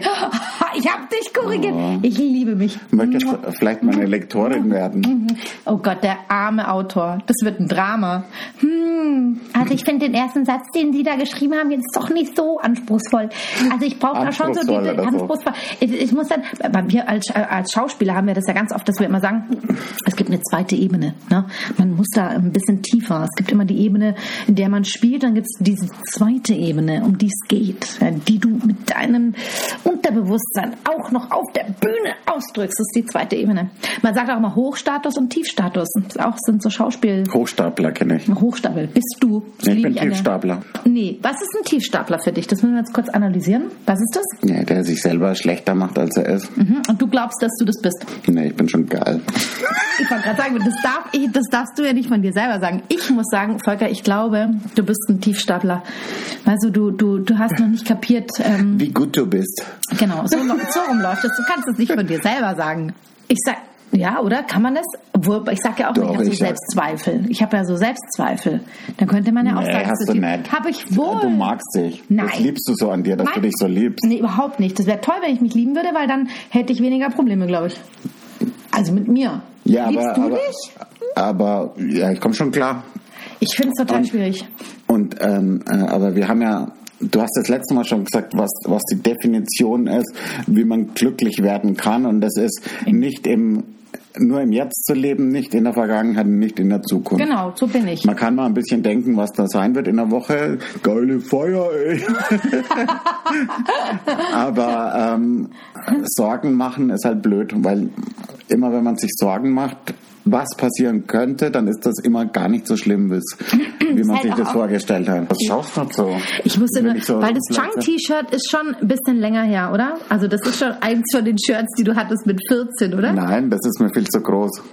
Ich hab dich korrigiert. Ja. Ich liebe mich. Möchtest du vielleicht mal eine Lektorin werden? Oh Gott, der arme Autor. Das wird ein Drama. Hm, also ich finde den ersten Satz, den Sie da geschrieben haben, jetzt doch nicht so anspruchsvoll. Also ich brauche da schon so Anspruchsvoll die oder so. anspruchsvoll. Ich, ich muss dann, bei mir als, als Schauspieler haben wir das ja ganz oft, dass wir immer sagen, es gibt eine zweite Ebene. Ne? Man muss da ein bisschen tiefer. Es gibt immer die Ebene, in der man spielt, dann gibt es diese zweite Ebene, um die es geht, ja, die du mit deinem Unterbewusstsein auch noch auf der Bühne ausdrückst. Das ist die zweite Ebene. Man sagt auch immer Hochstatus und Tiefstatus. Das auch sind so Schauspiel. Hochstapler kenne ich. Hochstapel, bist du. Das Ich liebe bin an dir. Tiefstapler. Nee, was ist ein Tiefstapler für dich? Das müssen wir jetzt kurz analysieren. Was ist das? Ja, der sich selber schlechter macht, als er ist. Mhm. Und du glaubst, dass du das bist. Nee, ich bin schon geil. Ich wollte gerade sagen, das, darf ich, das darfst du ja nicht von dir selber sagen. Ich muss sagen, Volker, ich glaube, du bist ein Tiefstapler. Also du, du, du hast noch nicht kapiert, ähm, Wie gut du bist. genau, so, lo- so rumläuft das. Du kannst es nicht von dir selber sagen. Ich sag, ja, oder? Kann man das? Obwohl, ich sag ja auch, Doch, ich habe so ich sag- Selbstzweifel. Ich habe ja so Selbstzweifel. Dann könnte man ja auch Nee, sagen, hast so du tief- nicht. Hab ich wohl. Du magst dich. Das Nein. liebst du so an dir, dass du Nein. dich so liebst. Nee, überhaupt nicht. Das wäre toll, wenn ich mich lieben würde, weil dann hätte ich weniger Probleme, glaube ich. Also mit mir. Ja, Liebst aber, du aber, dich? aber ja, ich komme schon klar. Ich finde es total Und- schwierig. Und ähm, äh, aber wir haben ja, du hast das letzte Mal schon gesagt, was was die Definition ist, wie man glücklich werden kann. Und das ist nicht im nur im Jetzt zu leben, nicht in der Vergangenheit, und nicht in der Zukunft. Genau, so bin ich. Man kann mal ein bisschen denken, was da sein wird in der Woche. Geile Feier, ey. Aber ähm, Sorgen machen ist halt blöd, weil immer wenn man sich Sorgen macht, was passieren könnte, dann ist das immer gar nicht so schlimm, wie's- wie man halt sich auch das auf- vorgestellt hat. Was schaust du noch so? Ich musste nur, Wirklich so weil das Leute- Chunk-T-Shirt ist schon ein bisschen länger her, oder? Also das ist schon eins von den Shirts, die du hattest mit 14, oder? Nein, das ist mir viel zu groß.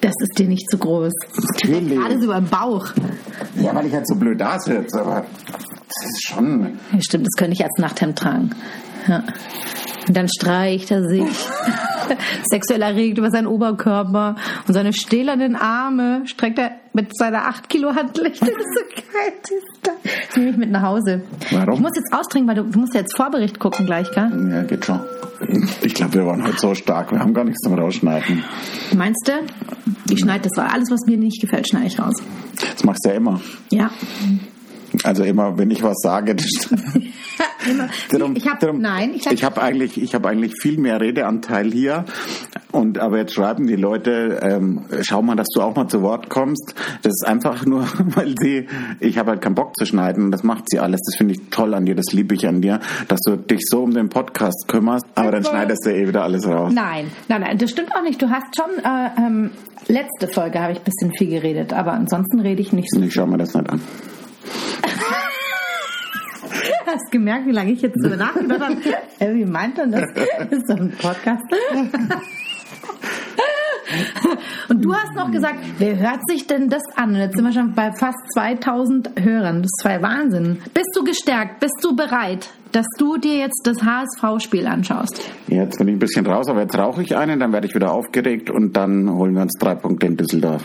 Das ist dir nicht zu groß. Natürlich. Alles über den Bauch. Ja, weil ich halt so blöd da sitze, aber das ist schon. Ja, stimmt, das könnte ich als Nachthemd tragen. Ja. Und dann streicht er sich sexuell erregt über seinen Oberkörper und seine stählernen Arme streckt er mit seiner 8 Kilo Handlichte. Das ist so geil. Das ist geil. Das nehme ich mit nach Hause. Warum? Ich muss jetzt austrinken, weil du, du musst ja jetzt Vorbericht gucken gleich, gell? Ja, geht schon. Ich glaube, wir waren heute so stark, wir haben gar nichts zum Rausschneiden. Meinst du? Ich schneide das alles, was mir nicht gefällt, schneide ich raus. Das machst du ja immer. Ja. Also immer, wenn ich was sage, das Immer. Darum- ich habe darum- nein, ich ich habe habe eigentlich, ich habe eigentlich viel mehr Redeanteil hier. Und aber jetzt schreiben die Leute, ähm, schau mal, dass du auch mal zu Wort kommst. Das ist einfach nur, weil sie, ich habe halt keinen Bock zu schneiden. Das macht sie alles. Das finde ich toll an dir. Das liebe ich an dir, dass du dich so um den Podcast kümmerst. Aber dann schneidest du eh wieder alles raus. Nein, nein, nein, das stimmt auch nicht. Du hast schon, äh, ähm, letzte Folge habe ich ein bisschen viel geredet, aber ansonsten rede ich nicht so. Ich schau mir das nicht an. Du hast gemerkt, wie lange ich jetzt drüber nachgedacht habe. Hä, wie meint denn das? Das ist doch ein Podcast. Und du hast noch gesagt, wer hört sich denn das an? Und jetzt sind wir schon bei fast 2000 Hörern. Das ist ja Wahnsinn. Bist du gestärkt? Bist du bereit, dass du dir jetzt das HSV-Spiel anschaust? Jetzt bin ich ein bisschen raus, aber jetzt rauche ich einen, dann werde ich wieder aufgeregt und dann holen wir uns drei Punkte in Düsseldorf.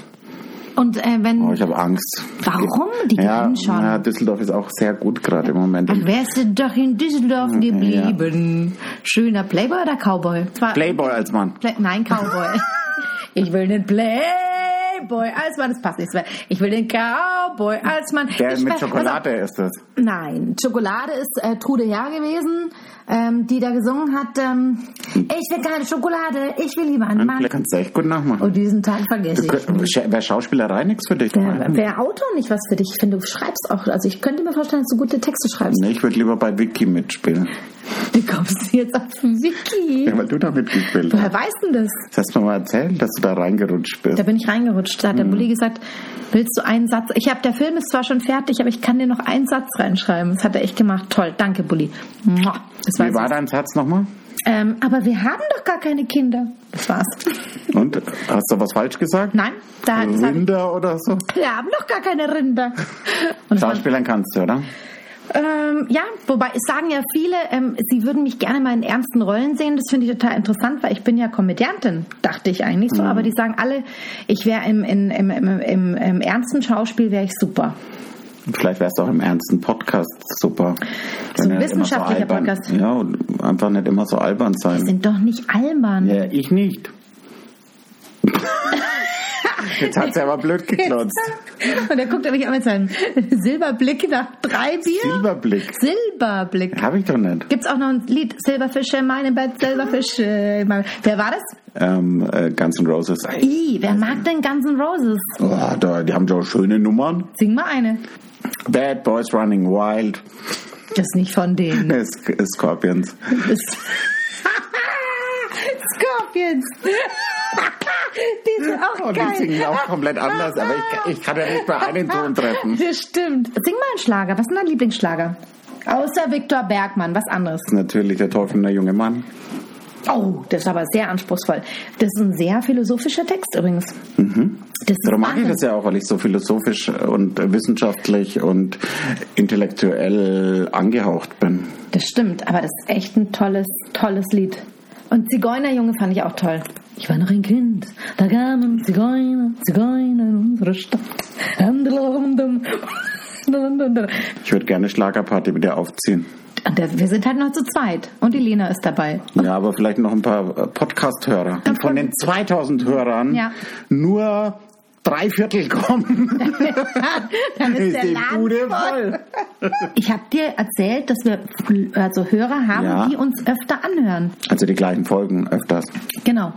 Und äh, wenn... Oh, ich habe Angst. Warum? Die ja, gewinnen schon. Ja, Düsseldorf ist auch sehr gut gerade im Moment. Dann wärst du doch in Düsseldorf geblieben. Schöner Playboy oder Cowboy? Zwar- Playboy als Mann. Play Nein, Cowboy. ich will den Playboy als Mann, das passt nicht. mehr. Ich will den Cowboy als Mann. Der ich mit weiß- Schokolade ist das. Also, nein, Schokolade ist äh, Trude Jahr gewesen, ähm, die da gesungen hat, ähm, ich will keine Schokolade, ich will lieber einen Mann. Vielleicht kannst du echt gut nachmachen. Und diesen Tag vergesse ich. Wäre Schauspielerei nichts für dich? Äh, Wäre Autor nicht was für dich? Ich finde, du schreibst auch. Also ich könnte mir vorstellen, dass du gute Texte schreibst. Nee, ich würde lieber bei Wiki mitspielen. Du kommst jetzt auf Wiki. Ja, weil du da mitgespielt hast. Woher weißt du denn das? Das hast du mir mal erzählt, dass du da reingerutscht bist. Da bin ich reingerutscht. Da hat der Bulli gesagt, willst du einen Satz? Ich habe der Film ist zwar schon fertig, aber ich kann dir noch einen Satz reinschreiben. Das hat er echt gemacht. Toll, danke Bulli. Mua. Das Wie war's. war dein Satz nochmal? ähm, aber wir haben doch gar keine Kinder. Das war's. Und hast du was falsch gesagt? Nein, da Hm. das hab ich, Rinder oder so? wir haben doch gar keine Rinder. Und das war, Schauspielern kannst du, oder? ähm, ja, wobei es sagen ja viele, ähm, sie würden mich gerne mal in ernsten Rollen sehen. Das finde ich total interessant, weil ich bin ja Komödiantin, dachte ich eigentlich Hm. so. Aber die sagen alle, ich wäre im, im, im, im, im, im ernsten Schauspiel wäre ich super. Vielleicht wärst du auch im ernsten Podcast super. So ein Wenn er immer wissenschaftlicher albern- Podcast. Ja, und einfach nicht immer so albern Die sein. sind doch nicht albern. Ja, ich nicht. Jetzt hat sie aber blöd geklotzt. Und er guckt mich an mit seinem Silberblick nach drei Bier. Silberblick. Silberblick. Habe ich doch nicht. Gibt's auch noch ein Lied? Silberfische in meinem Bett, Silberfische in meinem Wer war das? Ähm, äh, Guns N' Roses. Ey, I, wer mag denn Guns N' Roses? Oh, da, die haben doch schöne Nummern. Sing mal eine. Bad Boys Running Wild. Das ist nicht von denen. Äh, Sk äh, Scorpions. Das ist Scorpions. die sind auch Oh, geil. die singen auch komplett anders, aber ich, ich kann ja nicht mal einen Ton treffen. Das stimmt. Sing mal einen Schlager. Was ist denn dein Lieblingsschlager? Außer Viktor Bergmann, was anderes. Natürlich der Teufel und der junge Mann. Oh, das ist aber sehr anspruchsvoll. Das ist ein sehr philosophischer Text übrigens. Das ist Darum Mhm. mag ich Wahnsinn. das ja auch, weil ich so philosophisch und äh, wissenschaftlich und intellektuell angehaucht bin. Das stimmt, aber das ist echt ein tolles, tolles Lied. Und Zigeunerjunge fand ich auch toll. Ich war noch ein Kind, da kamen Zigeuner, Zigeuner in unsere Stadt. Und Ich würde gerne Schlagerparty mit dir aufziehen. der, wir sind halt noch zu zweit. Und die Lena ist dabei. Ja, aber vielleicht noch ein paar äh, Podcast-Hörer. Und von den 2000 Hörern Ja. nur drei Viertel kommen. Dann ist Ist der die Laden Bude voll. voll. Ich habe dir erzählt, dass wir also Hörer haben, Ja. die uns öfter anhören. Also die gleichen Folgen öfters. Genau.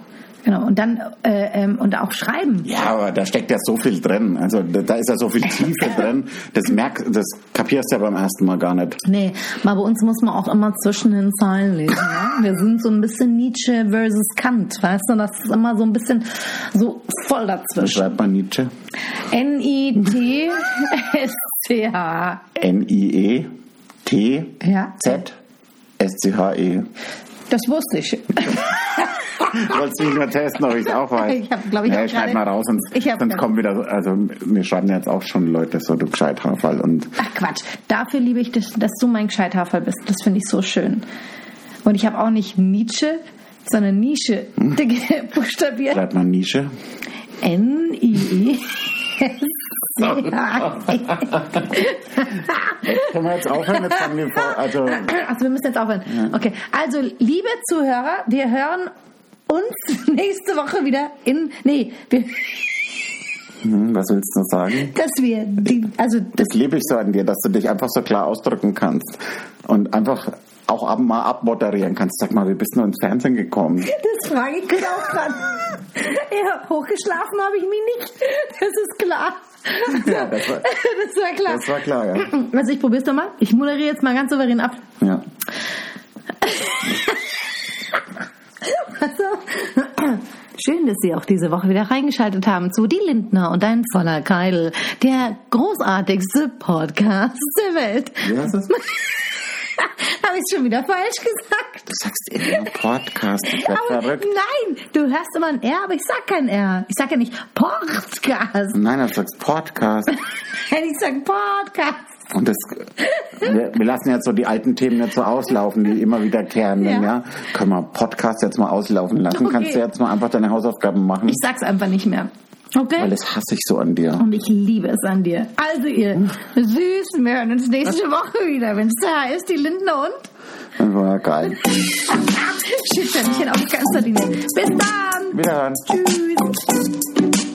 Genau, und dann äh, ähm, und auch schreiben. Ja, aber da steckt ja so viel drin. Also da da ist ja so viel Tiefe drin. Das merkst, das kapierst du ja beim ersten Mal gar nicht. Nee, mal bei uns muss man auch immer zwischen den Zahlen lesen. Ja? Wir sind so ein bisschen Nietzsche versus Kant, weißt du? Das ist immer so ein bisschen so voll Wie dazwischen. schreibt man Nietzsche? N-I-T-S-C-H. N-I-E E T Ja. Z S C H E. Das wusste ich. Du wolltest mich nur testen, ob ich es auch weiß. Ich hab, glaub ich, naja, auch schneid gerade- mal raus, sonst, Ich hab sonst grad- kommen wieder, also mir schreiben jetzt auch schon Leute so, du gescheit Haferl und Ach Quatsch, dafür liebe ich dich, dass du mein Gescheithafer bist. Das finde ich so schön. Und ich habe auch nicht Nietzsche, sondern Nische dicke buchstabiert. E schreibt man Nische. N-I-E-S-C-H-E. Können wir jetzt aufhören? Jetzt fangen wir vor, also Also wir müssen jetzt aufhören. Okay, also liebe Zuhörer, wir hören uns nächste Woche wieder in... Nee, wir, Hm, Was willst du noch sagen? dass wir... Die, also das, Das liebe ich so an dir, dass du dich einfach so klar ausdrücken kannst und einfach auch ab, mal abmoderieren kannst. Sag mal, wie bist du ins Fernsehen gekommen? das frage ich mich auch gerade. Ja, hochgeschlafen habe ich mich nicht. Das ist klar. Ja, das war, Das war klar. das war klar, ja. Also ich probier's nochmal. Ich moderiere jetzt mal ganz souverän ab. ja. Also, schön, dass Sie auch diese Woche wieder reingeschaltet haben zu Die Lindner und ein voller Keidel, der großartigste Podcast der Welt. Wie heißt das? Habe ich schon wieder falsch gesagt? Du sagst immer Podcast, ich werd Aber verrückt. nein, du hörst immer ein R, aber ich sag kein R. Ich sag ja nicht Podcast. Nein, du sagst Podcast. Ich sag Podcast. Und das, wir, wir lassen jetzt so die alten Themen jetzt so auslaufen, die immer wieder kehren. Ja. Ja. Können wir Podcast jetzt mal auslaufen lassen? Okay. Kannst du jetzt mal einfach deine Hausaufgaben machen? Ich sag's einfach nicht mehr. Weil Okay? das hasse ich so an dir. Und ich liebe es an dir. Also ihr Süßen, wir hören uns nächste Woche wieder, wenn's da ist, die Lindner und... Oh. Das war geil. Schütterchen auf die Kanzlerlinie. Bis dann. Wiederhören. Tschüss.